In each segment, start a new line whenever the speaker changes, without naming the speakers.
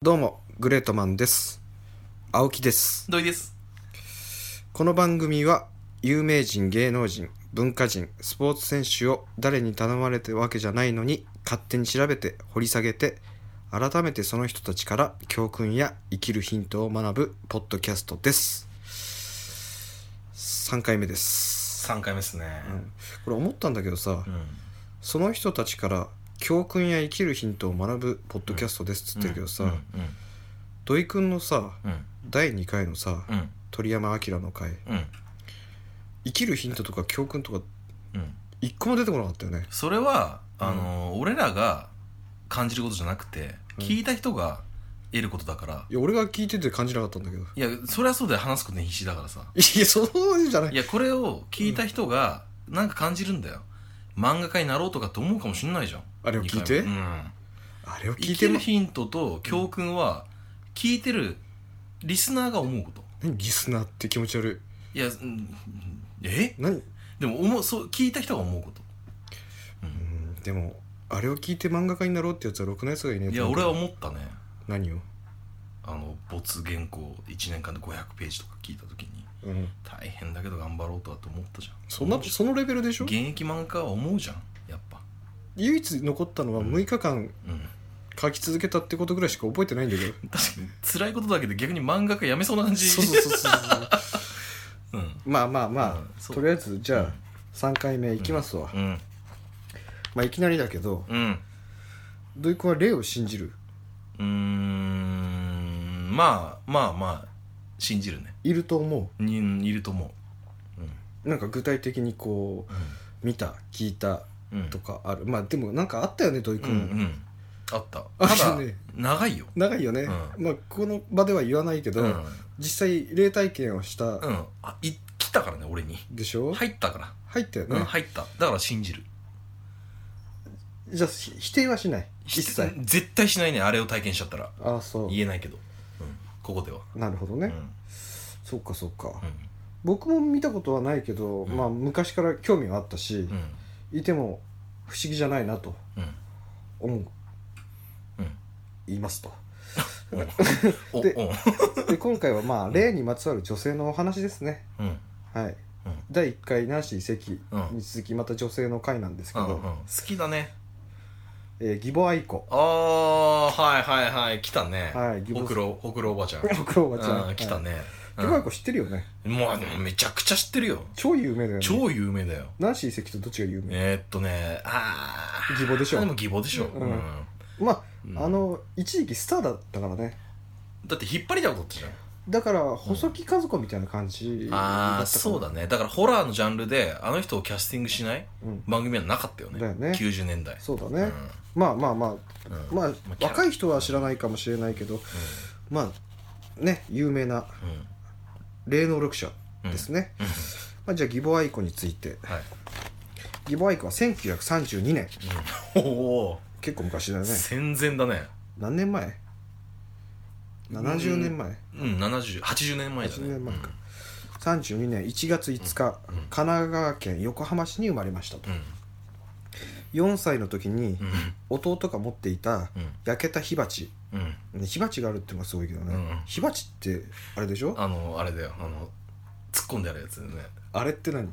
どうも、グレートマンです。青木です。
土井です。
この番組は、有名人、芸能人、文化人、スポーツ選手を誰に頼まれてるわけじゃないのに、勝手に調べて、掘り下げて、改めてその人たちから教訓や生きるヒントを学ぶポッドキャストです。3回目です。
3回目ですね。
うんこれ思ったんだけどさ
う、ん。
その人たちから教訓や生きるヒントを学ぶポッドキャストですっつってるけどさ、
うん。
土井くんのさ、
うん。
第2回のさ、
うん。
鳥山明の回
うん。
生きるヒントとか教訓とか
うん。
一個も出てこなかったよね
それは、あのー俺らが感じることじゃなくて、
うん
聞いた人が得ることだから、
いや俺が聞いてて感じなかったんだけど
いや、それはそうだよ、話すことに必死だからさ。
いやそうじゃない
いや、これを聞いた人が、なんか感じるんだよ。漫画家になろうとかって思うかもしんないじゃん。
あれを聞いて
二回目うん。
あれを聞
聞
い
い
て
て
る
るヒントと教訓は、聞いてるリスナーが思うこと。
何リスナーって気持ち悪
いや、うん、え
い何う
でも思うそう聞いた人が思うこと、
ーんでもあれを聞いて漫画家になろうってやつはろくなやつがいねえ
い
と
や
思うけど
俺は思ったね
何を
あの没原稿1年間で500ページとか聞いた時に
うん
大変だけど頑張ろうとはと思ったじゃん
そんな
思うじゃ
そのレベルでし
ん
ょ
現役漫画家は思うじゃんやっぱ
唯一残ったのは
うん
6日間
うん
書き続けたってことぐらいしか覚えてないんだけど
確かに辛いことだけで逆に漫画家やめそうな感じ
そうそうそうそうそう
うん
まあまあまあ、
うんそう
とりあえずじゃあ3回目いきますわ、
うん
まあいきなりだけど
うん
土井君は霊を信じる
うーんまあまあまあ信じるね
いると思う
にいると思う
なんか具体的にこ
う
う見た聞いた
んうん
とかあるまあでもなんかあったよね土井
う
君、
んうんあった
あ
た
った
だ
ね
長いよ
長いよね、
う
まあこの場では言わないけど、
うん
実際霊体験をした
うん。あ、い、来たからね、俺に。
でしょ、
入ったから。
入ったよ
うん、
ね、
入った。だから信じる。
じゃあひ否定はしない一切
絶対しないね、あれを体験しちゃったら。
ああそう
言えないけど。うん。ここでは。
なるほど
う
ね、
ん。
そうかそうか、
うん。
僕も見たことはないけど、
うん
まあ昔から興味はあったし
う、ん。
いても不思議じゃないなと
うん。
思う、
うん
言いますと
お、お、
で
お
で今回はまあ霊にまつわる女性のお話ですね
うん。
はい、第1回ナンシー関に続きまた女性の回なんですけ
う
ど、
ん。うん。好きだね。
えー義母愛子
ああ、はいはいはい。来たね。
はい義
ほく
母
ろ、ほくろおばちゃん。
おくろおばちゃん、
うん、来たね。
はい義母愛子知ってるよね
うんもう、でもめちゃくちゃ知ってるよ。
超有名だよね
超有名だよ。
ナンシー関とどっちが有名、
えーっとね、ああ。
義母でしょ
でも義母でしょ。
う
うんん。
まあ、
うん
あの一時期スターだったからね
だって引っ張りだこだったじゃん
だから細木和子みたいな感じ
ああそう
だっ
だねだからホラーのジャンルであの人をキャスティングしない
たかな、うん、
番組はなかったよね
だよね
90年代
そうだね、まあまあま
うんうん
あまあ
まあキャラ
若い人は知らないかもしれないけどまあね有名な
うん
霊能力者
うん
ですね、
うん
まあ、じゃあ義母愛子について
はい
義母愛子は1932年
うん おお
結構昔だよね
戦前だね
何年前70年前
うん7080年前だね
80年前か32年1月5日、
うんうん
神奈川県横浜市に生まれましたと
うん
4歳の時に
うん
弟が持っていた
うん
焼けた火鉢
うんうん
ね火鉢があるってのがすごいけどね、
うん
火鉢ってあれでしょあ
あのあれだよあの突っ込んであるやつだよね
れって何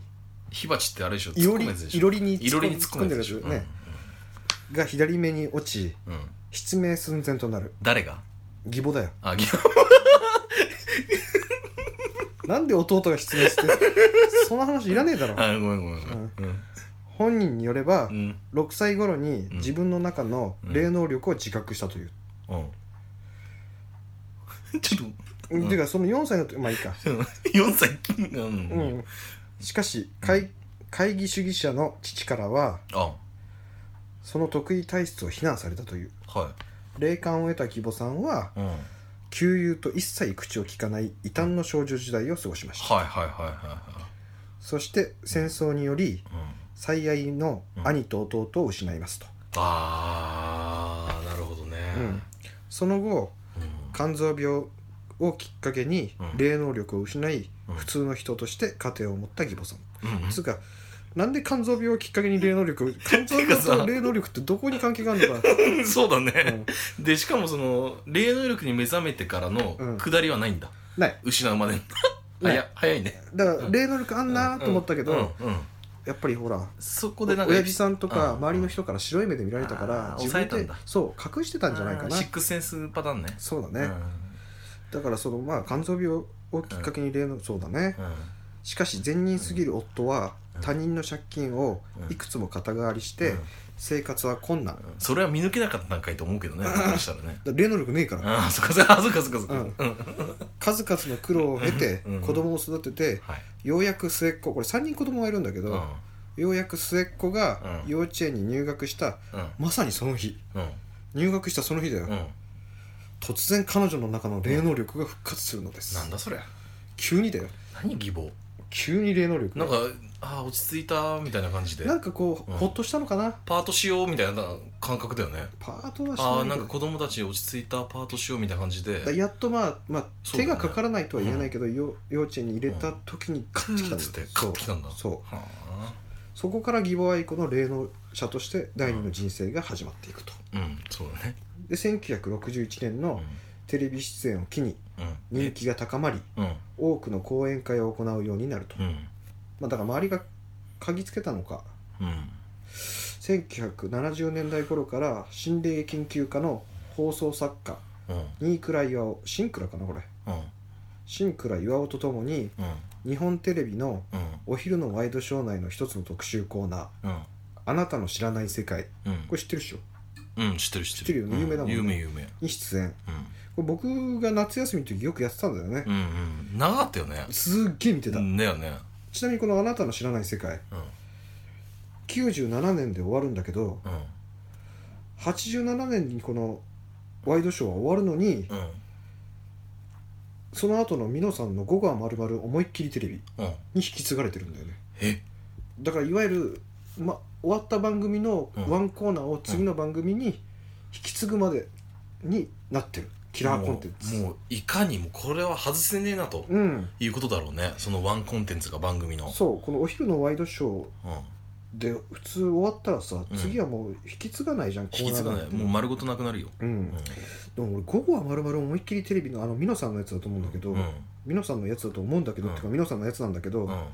火鉢ってあれでしょ
いろ
突っ込
り
むやつでし
い
ょ
ろりに
いろりに突っ込む
で
や
る
つ
や
で
つ
しょ
ね、が左目に落ち
うんうん
失明寸前となる
誰が
義母だよ
あ ぎ
なんで弟が失 明してその話いらねえだろ
あごめんごめんごめん
本人によれば
うんうん
6歳頃に
うん
自分の中の霊能力を自覚したという、
うんちょっとうん
ていうかその4歳の時まあいい か、
4歳金う
うん
ん
しかし会会議主義者の父からは
あ
その得意体質を非難されたという
は、
霊感を得た義母さんはい
うん、はい
旧友と一切口を聞かない異端の少女時代を過ごしました、
はいはいは
そして戦争により
いはい、うん、
最愛の兄と弟を失いますと、
あーなるほどね
うんその後
うん
肝臓病をきっかけに
うん
霊能力を失い、
うん
普通の人として家庭を持った義母さん、
うん
つうかなんで肝臓病をきっかけに霊能力肝臓
て
病
かさ
と霊能力ってどこに関係があるのか、
そうだ
う
ね、
ん
でしかもその霊能力に目覚めてからの
うん
下りはないんだ、
ない
失う までの
ない
早早いね
だから霊能力あんなと思ったけど、
うんうんうん
やっぱりほら
そこでなんか
親父さんとか
うん
周りの人から白い目で見られたから
あー
自分
抑え
で
たんだ
そう隠してたんじゃないか
あー
な
シックスセンスパターンね
そうだ
う
ね、だからそのまあ肝臓病をきっかけに霊能、そうだね
んうん
しかし善人すぎる夫は
うん
他人の借金をいくつも肩代わりして
うん
生活は困難
それは見抜けなかったんかいと思う けどねそしたらね
だ霊能力ねえから
ああそっかそっかそっかそっかそっか
うん数々の苦労を経て
うん
子供を育てて
はい
ようやく末っ子これ3人子供がいるんだけ
うんうん
どようやく末っ子が
うん
幼稚園に入学したまさにその日
うん
入学したその日だよ
うん
突然彼女の中の霊能力が復活するので
なん
す
だそれ
急にだよ
何義母
急に霊能力
なんかああ落ち着いたみたいな感じで
なんかこう
うん
ほっとしたのかな
パートしようみたいな感覚だよね
パートはし
ああ
な
ないん
け
か
ど
子供たち落ち着いたパートしようみたいな感じで
だやっとまあ、まあ、
そう
手
だね
がかからないとは言えないけど、よ幼稚園に入れた時に
カ
買ってきた
ッ
ん
つって
だ
買ってきたんだ
そうそう
はあ
そこから義母愛子の霊能者として第二の人生が始まっていくと
うんそうだね
で1961年のテレビ出演を機に
うんうん
人気が高まり
うん
多くの講演会を行うようになると、
うん
まあ、だから周りが嗅ぎつけたのか
うん
1970年代頃から心霊研究家の放送作家
うん
新倉岩尾新倉かなこれ
うん
新倉岩尾とともに
うん
日本テレビの
うん
お昼のワイドショー内の一つの特集コーナー
うん
「あなたの知らない世界
うん」
これ知ってるでしょ
うん知ってる知
知っ
ってる
てるよね有名だもんね
有名有名
に出演
うん
これ僕が夏休みの時よくやってたんだよね、
うんうん長かったよね
すっげえ見てた、
だよね
ちなみにこの「あなたの知らない世界
うん」
97年で終わるんだけど
うん
87年にこのワイドショーは終わるのに
うん
その後のミノさんの「午後はまるまる思いっきりテレビ」
うん
に引き継がれてるんだよね
え
だからいわゆる、ま、終わった番組の
うん
ワンコーナーを次の番組に引き継ぐまでになってるキラーコンテンツ
もうもういかにもこれは外せねえなと
うん
いうことだろうねそのワンコンテンツが番組の
そうこのお昼のワイドショー
うん
で普通終わったらさ
うん
次はもう引き継がないじゃん、コ
引き継がない
んて
もう丸ごとなくなるよ
うん、でも俺午後はまるまる思いっきりテレビのあのミノさんのやつだと思うんだけど、
うん
ミノさんのやつだと思うんだけど、
うん
ってかミノさんのやつなんだけど、
うん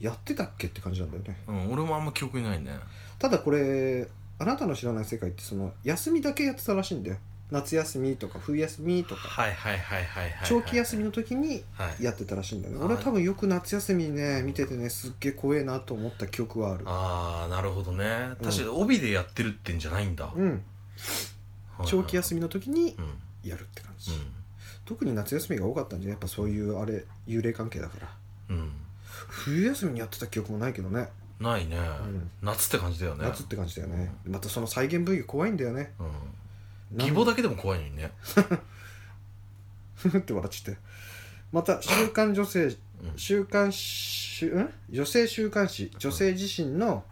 やってたっけって感じなんだよね
うん俺もあんま記憶にないね
ただこれあなたの知らない世界ってその休みだけやってたらしいんだよ夏休みとか冬休みとか、
はいはいはいはいはいはい
長期休みの時に
はい
やってたらしいんだよね、
はい
俺は多分よく夏休みね見ててねすっげえ怖えなと思った記憶はある
ああなるほどね確かに帯でやってるってんじゃないんだ
うん長期
み
休みの時に
うん
やるって感じ、特に夏休みが多かったんじゃないやっぱそういうあれ幽霊関係だから
うんうん
冬休みにやってた記憶もないけどね、
ないね
ん
夏って感じだよね
夏って感じだよね、またその再現部位が怖いんだよね
うん
なん
義母だけでも怖いのにね
ふふって笑っちゃってまた「週刊女性
うん
週刊しゅん女性週刊誌女性自身の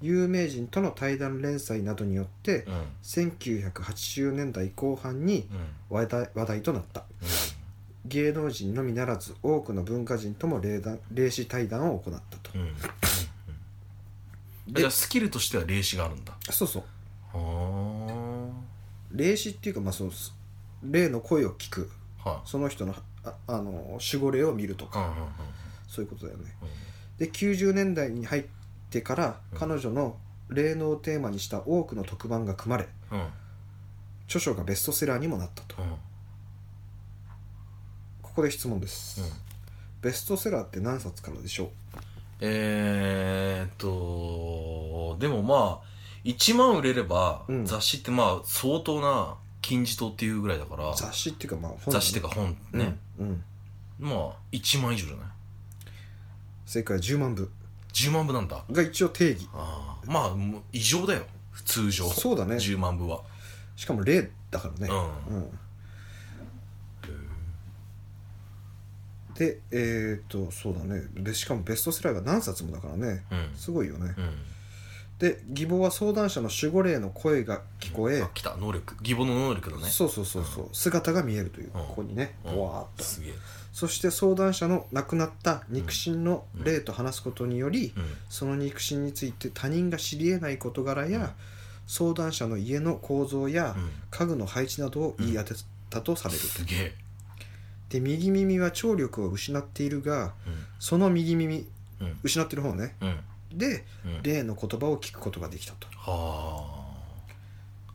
有名人との対談連載などによって
うんうん
1980年代後半に
うん
話題話題となった芸能人のみならず多くの文化人とも霊談霊視対談を行ったと
うんうん
で
じゃあスキルとしては霊視があるんだ
そうそう
はあ
霊視っていうかまあそうす霊の声を聞く
は
その人のああの守護霊を見ると
いうん
か
うんうん
そういうことだよね
うん
で90年代に入ってから
うん
彼女の霊能をテーマにした多くの特番が組まれ
うん
著書がベストセラーにもなったと
うん
ここで質問です、
うん
ベストセラーって何冊からでしょう
えーっとでもまあ1万売れれば、
うん
雑誌ってまあ相当な金字塔っていうぐらいだから
雑誌っていうかまあ本
雑誌っていうか本ね、
うん、うん
まあ1万以上じゃない
正解は10万部
10万部なんだ
が一応定義
ああまあもう異常だよ通常
そうだね
10万部は
しかも例だからね、
うん
うんでえっ、とそうだねでしかもベストセラーが何冊もだからね
うん
すごいよね、
うん
で義母は相談者の守護霊の声が聞こえ
あ、来た能力義母の能力だね
そうそうそうそう姿が見えるという、ここにね
うん
わーっと
すげえ
そして相談者の亡くなった肉親の霊と話すことにより、
うん
その肉親について他人が知り得ない事柄や、相談者の家の構造や、
うん
家具の配置などを言い当てたとされると、
すげえ、
で右耳は聴力を失っているが
う
その右耳
んうん
失ってる方ね
うん
で
うん、
霊の言葉を聞くことができたと
は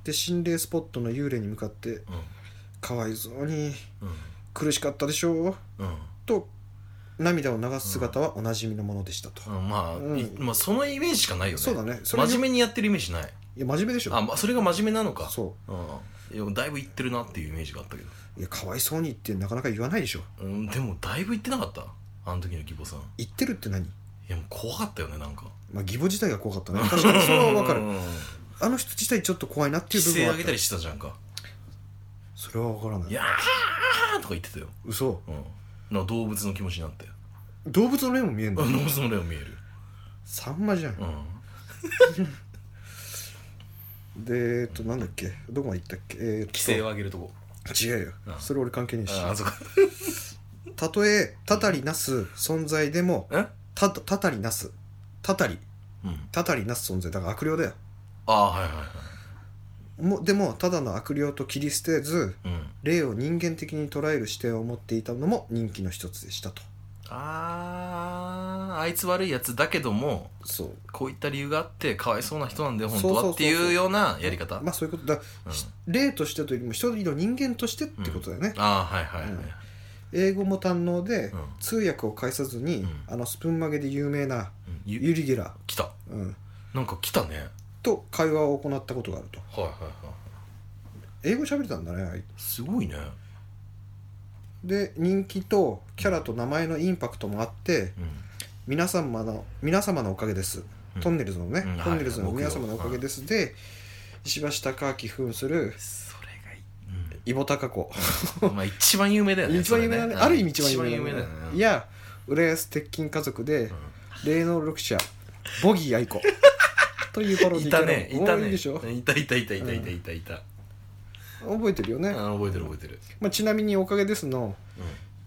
で心霊スポットの幽霊に向かって
あ
「かわいそうに
うん
苦しかったでしょう
うん、うん」
と涙を流す姿はおなじみのものでしたと、
うんまあ、
うん
いまあそのイメージしかないよね
そうだねそれ
真
に
面目にやってるイメージない
いや真面目でしょ
あ、まあ、それが真面目なのか
そ
うんいやだいぶ言ってるなっていうイメージがあったけど、
ういやかわいそうにってなかなか言わないでしょ
うん、でもだいぶ言ってなかったあの時の義母さんい
言ってるって何
やもう怖かったよねなんか
まあ義母自体が怖かったね確かにそれは分かる
うん
あの人自体ちょっと怖いなっていう
規
部
制
分はあ
上
っ
げ
た
たりしてたじゃんか
それは分からな
「
い
いやー!」とか言ってたよ、
嘘
うん、なんか動物の気持ちになって
動物の霊も見えん
動
の
物の霊を見える
サンマじゃん、
うん
でえっとなんだっけどこまで行ったっけえーっと
規制を上げるとこ
違うよ
あ
それ俺関係ねえし
ああそこ
たとえたたりなす存在でも
え
たたたりなすたたり
うん
たたりなす存在だから悪霊だよ
ああはいはいはい
もでもただの悪霊と切り捨てず
うん
霊を人間的に捉える視点を持っていたのも人気の一つでしたと
あーあいつ悪いやつだけども
そう
こういった理由があってかわいそうな人なんだよ本当
そうそうそうそ
は
う
っていうようなやり方、
まあそういうことだ、し霊としてというよりも一人の人間としてってことだよね、
ああはいはいはい、
うん英語も堪能で、
うん
通訳を介さずに、
うん
あのスプーン曲げで有名な
うんゆ
ユリ・ゲラー、
来た
うん、
なんか来たね
と会話を行ったことがあると
はいはいはい
英語喋れたんだねあい
すごいね
で人気とキャラと名前のインパクトもあって
うん
皆様の皆様のおかげです、
うん
トンネルズのね、
うん
トンネルズの
はい
皆様のおかげです、で石橋貴明扮する
それがいい、
イボタカ子
うん、まあ一番有名だよね
一番有名だね
それ
ある意味一番有名
一
だ
番
ね
有名だよね
いや浦安鉄筋家族で
うん
霊能力者ボギー愛 子というパロディキ
い
ャ
た
ラ
ねいた
多い
ね
でしょ
いたいたいたいたいたいたいた、
覚えてるよね、
あ覚えてる覚えてる
まあ、ちなみに「おかげです」の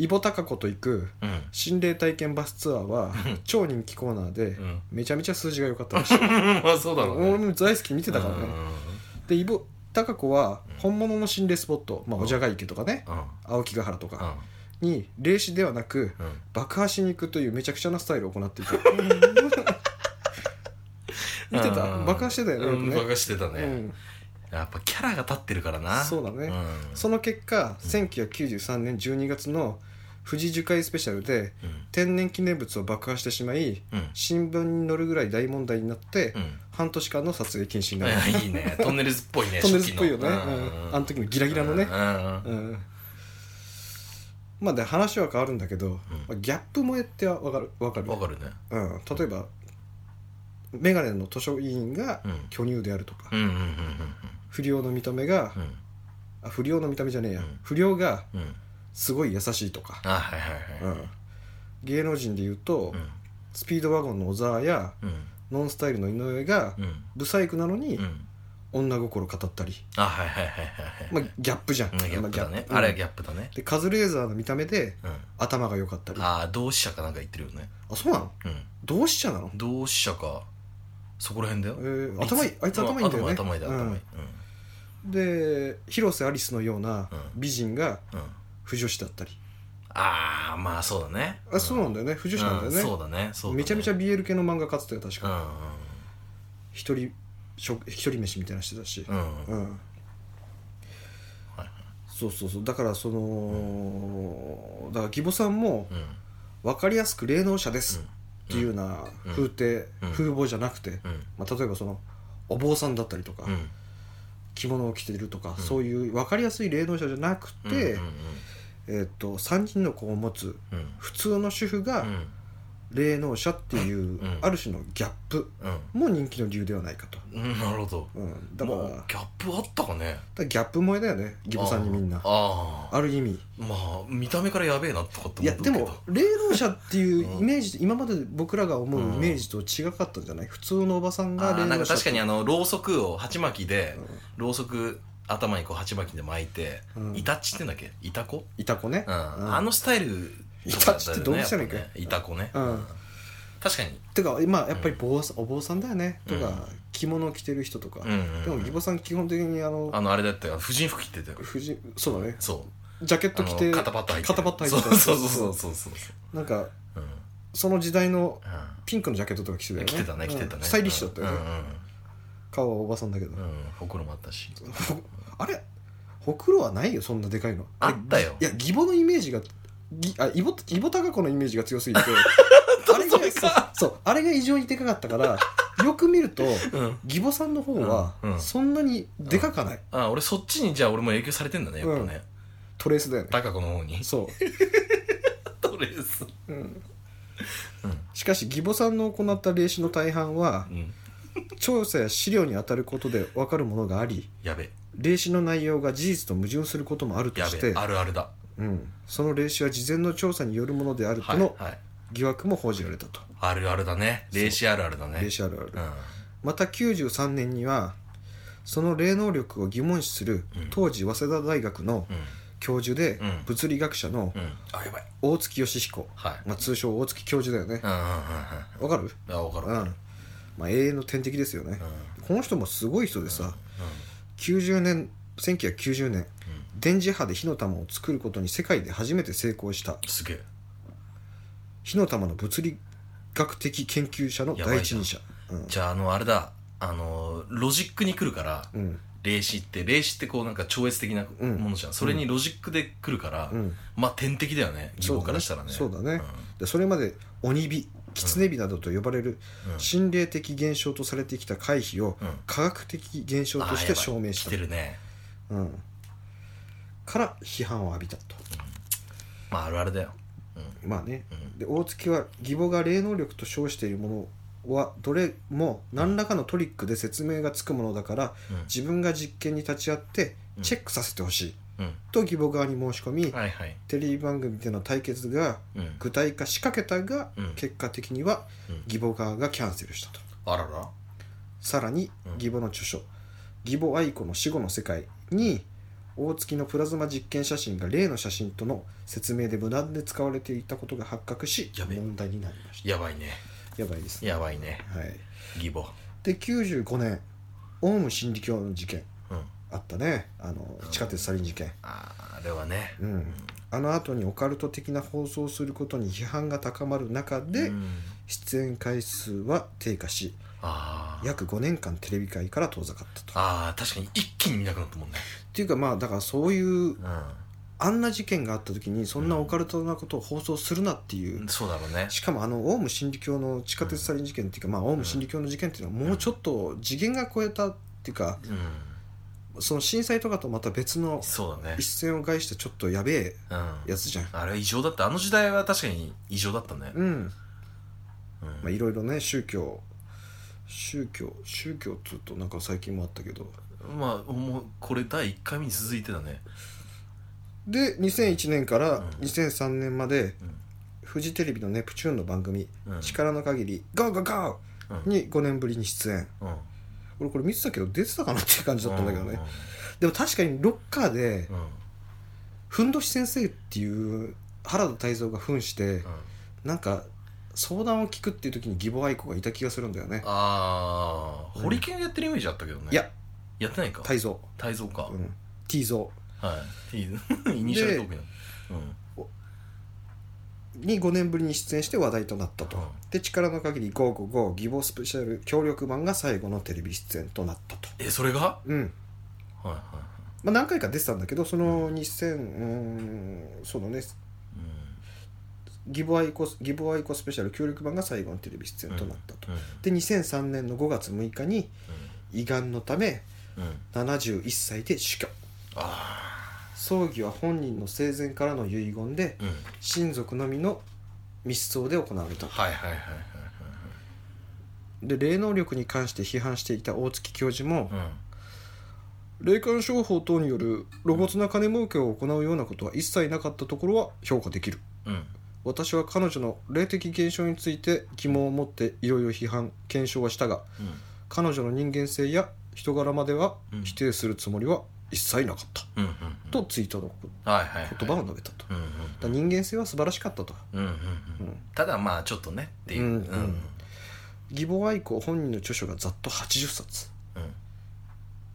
イボタカ子と行く
うん
心霊体験バスツアーは
うん
超人気コーナーで
うん、うん
めちゃめちゃ数字が良かったらしい
まあそうだろうね
俺も大好き見てたから
うんうん
ねでイボタカ子は本物の心霊スポット、まあ、
うん
おじゃが池とかね
うん
青木ヶ原とかに霊視ではなく
うんうん
爆破しに行くというめちゃくちゃなスタイルを行ってい た見てた
うん
爆破してたよねよく
うん
ね
爆破してた
う
ね、
ん、
やっぱキャラが立ってるからな
そうだね
ん
その結果1993年12月の富士樹海スペシャルで
うん
天然記念物を爆破してしまい
うん
新聞に載るぐらい大問題になって、
うん
半年間の撮影禁止になる、
い やいいねトンネルズっぽい ね
トンネルズっぽいよね、う
初期
ん
うん
あの時のギラギラのね
うんうん
うん、まあで話は変わるんだけど、まあギャップ萌えってわかるわかる
わかるね
うん、例えば眼鏡の図書委員が
うん
巨乳であるとか、
うんうんうん
不良の見た目が、
うん
あ不良の見た目じゃねえや、
うん
不良が
うんうん
すごい優しいとか、
あはいはいは
う
い
ん芸能人で言うと、
うん
スピードワゴンの小沢や
うん
ノンスタイルの井上が、
うん
ブサイクなのに、
うん
女心語ったり、
あはいはいはいはい
まあ、ギャップじゃん、
はいうんギャッ
ま
プだね
ギャップ
あれはギャップだね
でカズレーザーの見た目で
うん
頭が良かったりあ
ああ同志社かなんか言ってるよね
そうなの
うん
同志社なの、
同志社かそこら辺だよ
えー頭いいあいつ頭いいんだよね
頭いい頭いい頭いいうん
うんで広瀬アリスのような
うん
美人が
うん
不女子だったり
ああまあそうだね
あそうなん
だ
だよね不女子なんだよね,、
そうだねそうだね
めちゃめちゃ
うん
BL 系の漫画買ってたよ確
う
か
ん
一人食一人飯みたいなのしてたし
うんうん
うん、
はいはい
そうそうそうだからその、だから義母さんも
うん
分かりやすく霊能者ですっていうような
うん
風景、
うん
風貌じゃなくて、
うん
まあ、例えばそのお坊さんだったりとか、
うん
着物を着ているとか、
うん
そういう分かりやすい霊能者じゃなくて、
うん
えー、と3人の子を持つ
うん
普通の主婦
う
が
ん
霊能者っていう、
ん
ある種のギャップ
うん
も人気の理由ではないかと、
うんうんなるほど
うん、だ
だか
からら,、
ギャップあったかね
ギャップ萌えだよね義母さんにみんな
あ
あ
ああ
る意味
まあ見た目からやべえなとかって
い
思
や
うけ
で
ど
も霊能者って いうイメージ、今まで僕らが思うイメージと違かったんじゃない普通のおばさん
あ
が
ー
霊
なん
能
か
者
確かにあのろうそくを鉢巻きで
うん
ろうそく頭にこう鉢巻きで巻いて、
うん
イタチってんだっけイタコ、
いた子ね
うん
うん
あのスタイル
イタチってどうしたらいいか
やっぱねイタコね、
うん
確かに、
てか今やっぱり坊さんお坊さんだよねと
うん
か着物を着てる人とか
うんうんうん
でも義母さん基本的にあの
あのあれだったよ婦人服着てたよ
婦人そうだね
そう
ジャケット着て
あの肩パッド入ってる
肩パッド入ってた
そうそうそうそうそうそう
なんか
うん
その時代の
う
ピンクのジャケットとか着てた
ん
よね
着てたね着てた
う
ね
んスタイリッシュだったよ
うん
ね顔はおばさんだけど
うんうんうんほくろもあったし
ほ あれほくろはないよそんなでかいの
あったよ
いや義母のイメージがぎあイボイボタカコのイメージが強 すぎてあれが
それさ
そうそうあれが異常にでかかったからよく見ると
うん
義母さんの方は
うんうん
そんなにでかかない、
あ俺そっちにじゃあ俺も影響されてんだねやっぱね
トレースだよね
高子の方に
そ
とりあえず
う、うん
うん
しかし義母さんの行った霊視の大半は
うん
調査や資料に当たることで分かるものがあり
やべ
霊視の内容が事実と矛盾することもあると
や
して
べあるあるだ
うん、その霊視は事前の調査によるものである
は
と
い
の
はい
疑惑も報じられたと、
あるあるだね霊視あるあるだね
霊視あるある、
うん
また93年にはその霊能力を疑問視する
うん
当時早稲田大学の
う
教授で
うん
物理学者の
んうんあやばい
大月義彦、
はい
まあ、通称大月教授だよね
うんうんうんう
わ
ん
かる
あ分かる
う
分か
ん
る
まあ、永遠の天敵ですよね
う、ん
この人もすごい人でさ90年1990年
うん
電磁波で火の玉を作ることに世界で初めて成功した
すげえ
火の玉の物理学的研究者の第一人者うん
じゃああのあれだあのロジックに来るから
うん
霊視って霊視ってこうなんか超越的なものじゃん、それにロジックで来るから、
うん
まあ天敵だよね義母からしたらね
そうだねでそれまで鬼火狐火などと呼ばれる
うんうん
心霊的現象とされてきた回避を
うん
科学的現象として証明し
あーやば
た
い来てるね、
うん、から批判を浴びたと
まああるあるだよ、
まあね
うん
で大月は義母が霊能力と称しているものはどれも何らかのトリックで説明がつくものだから
うん
自分が実験に立ち会って
うん
チェックさせてほしい
うん
と義母側に申し込み
はいはい、
テレビ番組での対決が
うん、
具体化仕掛けたが
うん
結果的には
うん
義母側がキャンセルしたと
あらら
さらに
うん
義母の著書「義母愛子の死後の世界」に大月のプラズマ実験写真が例の写真との説明で無断で使われていたことが発覚し
やべ
問題になりまし
やばいね
たやばいですね
やばいね
はい、
義母
で95年オウム真理教の事件
うん
あったねあの地下鉄サリン事件
あーあれはね
うんあの後にオカルト的な放送をすることに批判が高まる中で、
うん
出演回数は低下し
あー
約5年間テレビ界から遠ざかったとっ
あー確かに一気に見なくなったもんね
ていうかまあだからそういう
う
あんな事件があった時にそんなオカルトなことを放送するなっていう、
んそうだろうね
しかもあのオウム真理教の地下鉄サリン事件っていうか、まあ、オウム真理教の事件っていうのはもうちょっと次元が超えたっていうか
うん
その震災とかとまた別の
そうだね
一線を害してちょっとやべえ
うん
やつじゃん
あれは異常だったあの時代は確かに異常だったね、
うん
うん
まあいろいろね宗教宗教宗教っつうとなんか最近もあったけど
まあもうこれ第1回目に続いてだね
で2001年から2003年まで
うん
フジテレビのネプチューンの番組
う
「
ん
力の限り GOGOGO!」
うん
に5年ぶりに出演
うん
俺これ見てたけど出てたかなっていう感じだったんだけどね
う
でも確かにロッカーで
んうん
ふんどし先生っていう原田泰造が扮して
うん
なんか相談を聞くっていう時に義母愛子がいた気がするんだよね
ああ
うん
ホリケンやってるイメージあったけどね
いや
やってないか
泰造
泰造か、
うん T 像
は いイニシャルトークなうん
に5年ぶりに出演して話題となったと、
うん
で力の限り555義母スペシャル協力版が最後のテレビ出演となったと
えそれがは
うん、
いはいは
まあ、何回か出てたんだけどその2000うーんそうだね
い
義母愛子義母愛子スペシャル協力版が最後のテレビ出演となったと、
うん
で2003年の5月6日に胃がんのため
うんうん
71歳で死去
あ
葬儀は本人の生前からの遺言で
あうん
親族のみの密葬で行われた
はいはいはいはい
で霊能力に関して批判していた大月教授も、
はい
霊感商法等による露骨な金儲けを行うようなことは一切なかったところは評価できる
うんうん
私は彼女の霊的現象について疑問を持っていろいろ批判検証はしたが
うん
彼女の人間性や人柄までは
うん
否定するつもりは一切なかった
うんうん
とツイートの
はいはいはい
言葉を述べたと
うんうん
だから人間性は素晴らしかったと、
うんうん
う
うんんただまあちょっとねっていう
うんう
う
んん義母愛子本人の著書がざっと80冊
うん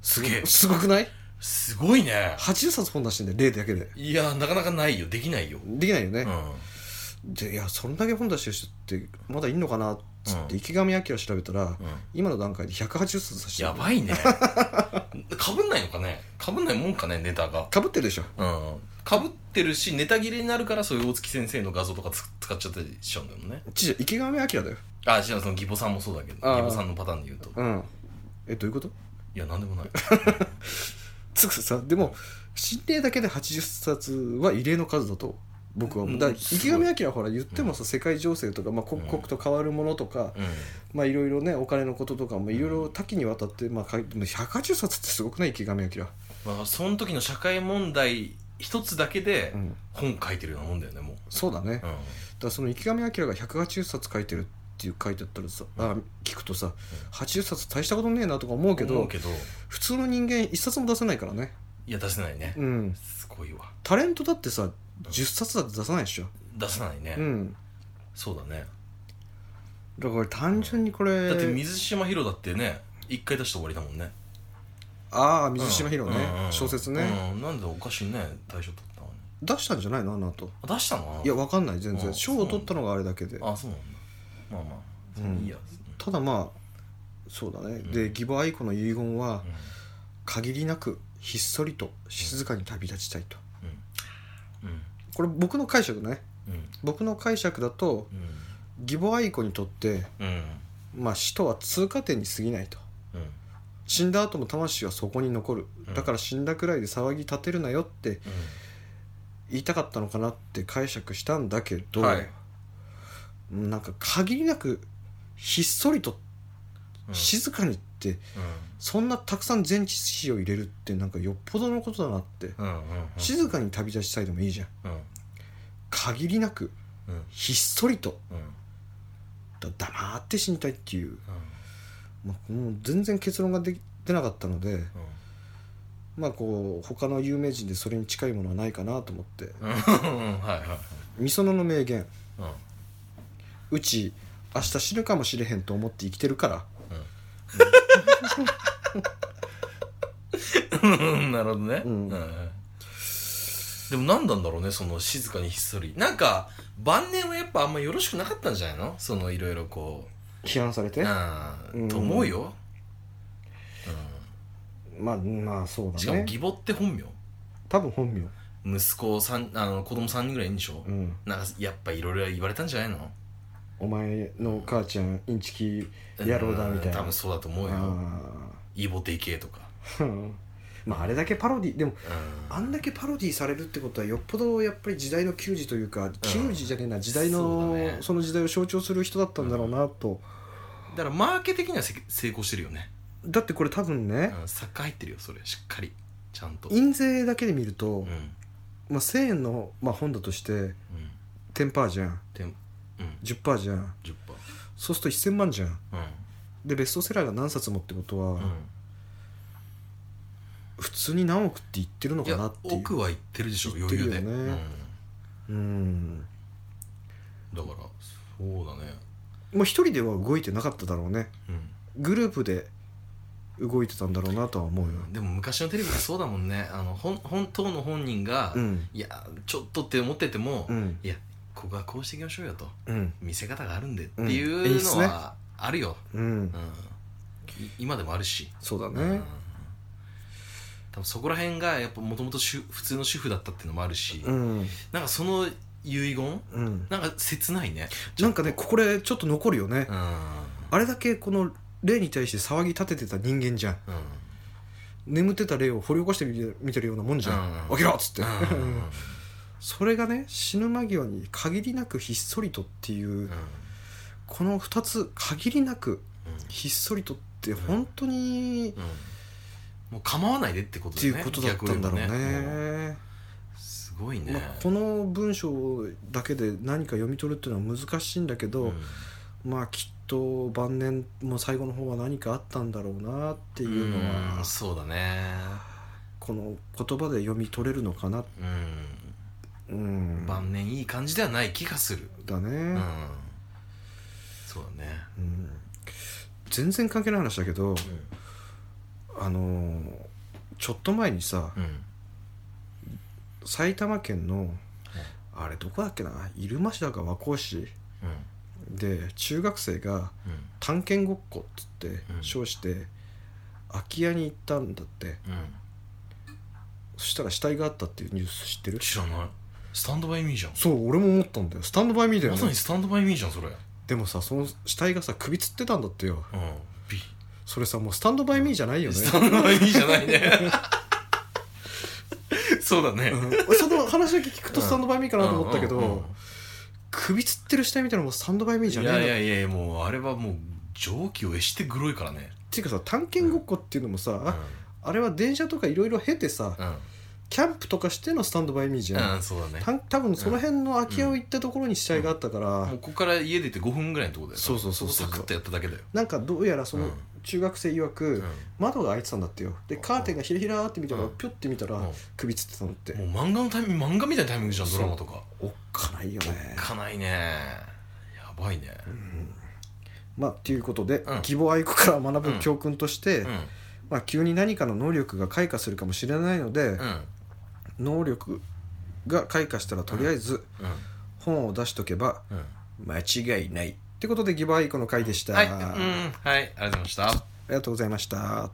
すげえ
すごくない
すごいね
?80 冊本出してんだよ例だけで
いやなかなかないよできないよ
できないよ
う
ね、
ん
でいやそんだけ本出してる人ってまだいんのかなっつって、
うん
池上彰調べたら
うん
今の段階で180冊出して
やばい ねかぶんないのかねかぶんないもんかねネタが
かぶってるでしょ
うんかぶってるしネタ切れになるからそういう大月先生の画像とかつ使っちゃったりしちゃうんだよね
ちょ池上彰だよ
あ違うその義母さんもそうだけど
あー
義母さんのパターンで言うと
うんえどういうこと
いやなんでもない
つくさでも心霊だけで80冊は異例の数だと僕は思う
うん
だから
すごい
池上彰はほら言ってもさ、世界情勢とか、まあ、刻々と変わるものとか、
うん
まあいろいろねお金のこととかもいろいろ多岐にわたって、まあ、かいでも180冊ってすごくない池上彰、
まあ、その時の社会問題一つだけで
うん、
本書いてるようなもんだよねもう、
そうだねだか
うんうん
らその池上彰が180冊書いてるっていう書いてあったらさあ聞くとさ80冊大したことねえなとか思うけど
思うけど
普通の人間1冊も出せないからね
いや出せないね、
うん
すごいわ
タレントだってさ10冊だって出さないでしょ
出さないね、
うん
そうだね
だから単純にこれ
だって水島ヒロだってね一回出して終わりだもんね
ああ水島ヒロね、
うんうん
小説ね、
うん、なんでおかしいね大賞取ったのに
出したんじゃないのあの後
あ出したの
いやわかんない全
う
然
ん
賞を取ったのがあれだけで
あそうなんだまあまあ、
うん
いいや、
ただまあそうだね、
ん
で義母愛子の遺言は
うん
限りなくひっそりと静かに旅立ちたいと
うんうん
これ僕の解釈ね
うん
僕の解釈だと義母愛子にとって、
うんうん
まあ、死とは通過点に過ぎないと死んだ後も魂はそこに残る
うん
だから死んだくらいで騒ぎ立てるなよって言いたかったのかなって解釈したんだけど、
はい
なんか限りなくひっそりと
うん
静かにって、そんなたくさん前置詞を入れるってなんかよっぽどのことだなって、
うんうんうん
静かに旅立ちたいでもいいじゃん
うんうん
限りなく
うん
ひっそりと
うん
だ黙って死にたいっていう、まあ、もう全然結論ができ出なかったのでまあこう他の有名人でそれに近いものはないかなと思って
うんうんはいはい
美園の名言
うん
「うち明日死ぬかもしれへんと思って生きてるから
うん なるほどね、
うん
でも何なんだろうねその静かにひっそりなんか晩年はやっぱあんまよろしくなかったんじゃないのそのいろいろこう」
批判されて
あ
うん
ーと思うよ、
まあまあそう
うん、し
だ
かも
ね
義母って本名
多分本名
息子さんあの子供3人ぐらいいるんでしょ、
うん
なんかやっぱいろいろ言われたんじゃないの
お前の母ちゃんインチキ野郎だみたいな、
うん多分そうだと思うよ
あ
イボテイ系とか
ー まああれだけパロディでも
うん
あんだけパロディされるってことはよっぽどやっぱり時代の球児というか球児じゃねえな時代の、
そう
そ
だね
の時代を象徴する人だったんだろうなと、
だからマーケ的にはせ成功してるよね、
だってこれ多分ね、
うん、作家入ってるよそれしっかりちゃんと
印税だけで見ると、
うんうん
まあ、1000円の、まあ、本だとして10%じゃん
でうん
10%じゃん
10%
そうすると1000万じゃん
うん
でベストセラーが何冊もってことは、
う
普通に何億って言ってるの
んい
かな
や
っていう
奥は行ってるでしょ
行っ
余
てる
裕
よ
で、
ね
うん、だか
うん
らそうだね
もう一人では動いてなかっただろうね
うん
グループで動いてたんだろうなとは思うよ
でも昔のテレビってそうだもんねあのほん本当の本人が、
うん
いやちょっとって思ってても、
うん
いやここはこうしていきましょうよと
うん
見せ方があるんでって
うん
いうの
演
はあるよ、
うん
うん、い今でもあるし、
そうだ
うん
ね、
多分そこら辺がやっぱもともと普通の主婦だったっていうのもあるし、
うん
なんかその遺言
うん
なんか切ないね
なんかねこれちょっと残るよね
うん、うん
あれだけこの霊に対して騒ぎ立ててた人間じゃん眠ってた霊を掘り起こしてみて見てるようなもんじゃん
うん
起きろっつって
うん
それがね死ぬ間際に限りなくひっそりとっていう
うん
この2つ限りなく
うん
ひっそりとって本当に
うんもう構わないでってこ
っ
と
てい
だ
う
よ
こ
ね
とだったんだろうね
逆を言えばもうすごいね、
まあ、この文章だけで何か読み取るっていうのは難しいんだけど、
うん
まあきっと晩年も最後の方は何かあったんだろうなっていうの
う
は
んそうだね
この言葉で読み取れるのかな
うん
うん
晩年いい感じではない気がする
だね、
うんそうだね
うん全然関係ない話だけどあのーちょっと前にさ
うん、うん、
埼玉県のあれどこだっけな入間市だか和光市
うん
で中学生が
うん
探検ごっこっつって
うん
称して空き家に行ったんだって
うん
そしたら死体があったっていうニュース知ってる
知らないスタンドバイミーじゃん
そう俺も思ったんだよスタンドバイミーだよ
ま
ね
さにスタンドバイミーじゃんそれうん
でもさその死体がさ首つってたんだってよそれさもうスタンドバイミーじゃないよね
スタンドバイミーじ ゃないねそうだね
うんその話だけ聞くとスタンドバイミーかなと思ったけど、
うんうんうん
首つってる死体みたいなのもスタンドバイミーじゃ
い
ねえな
やいやいやいやもうあれはもう蒸気を得してグロいからね
っていうかさ探検ごっこっていうのもさ、
うん
ああれは電車とかいろいろ経てさ、
うん
キャンプとかしてのスタンドバイミーじゃん、
うんそうだね
たん多分その辺の空き家を行ったところに死体があったから、
もうここから家出て5分ぐらいのとこだよ
そうそうそうそう
そこサクッとやっただけだよ
なんかどうやらその
うん
中学生曰く、窓が開いてたんだってよでカーテンがひらひらーって見たら、
うん
ピョって見たら、
うん
首つってたのって、
もう漫画のタイミング漫画みたいなタイミングじゃん
そう
ドラマとか
おっかないよね
いかないねやばいね
まあということで、
うん
義母愛子から学ぶ教訓として、
うん
まあ、急に何かの能力が開花するかもしれないので、
うん
能力が開花したらとりあえず
う
本を出しとけば
ん
間違いないってことでギバーイコの回でし
う
た、
んはいうん
あ
はいありがとうございました
りがとうございました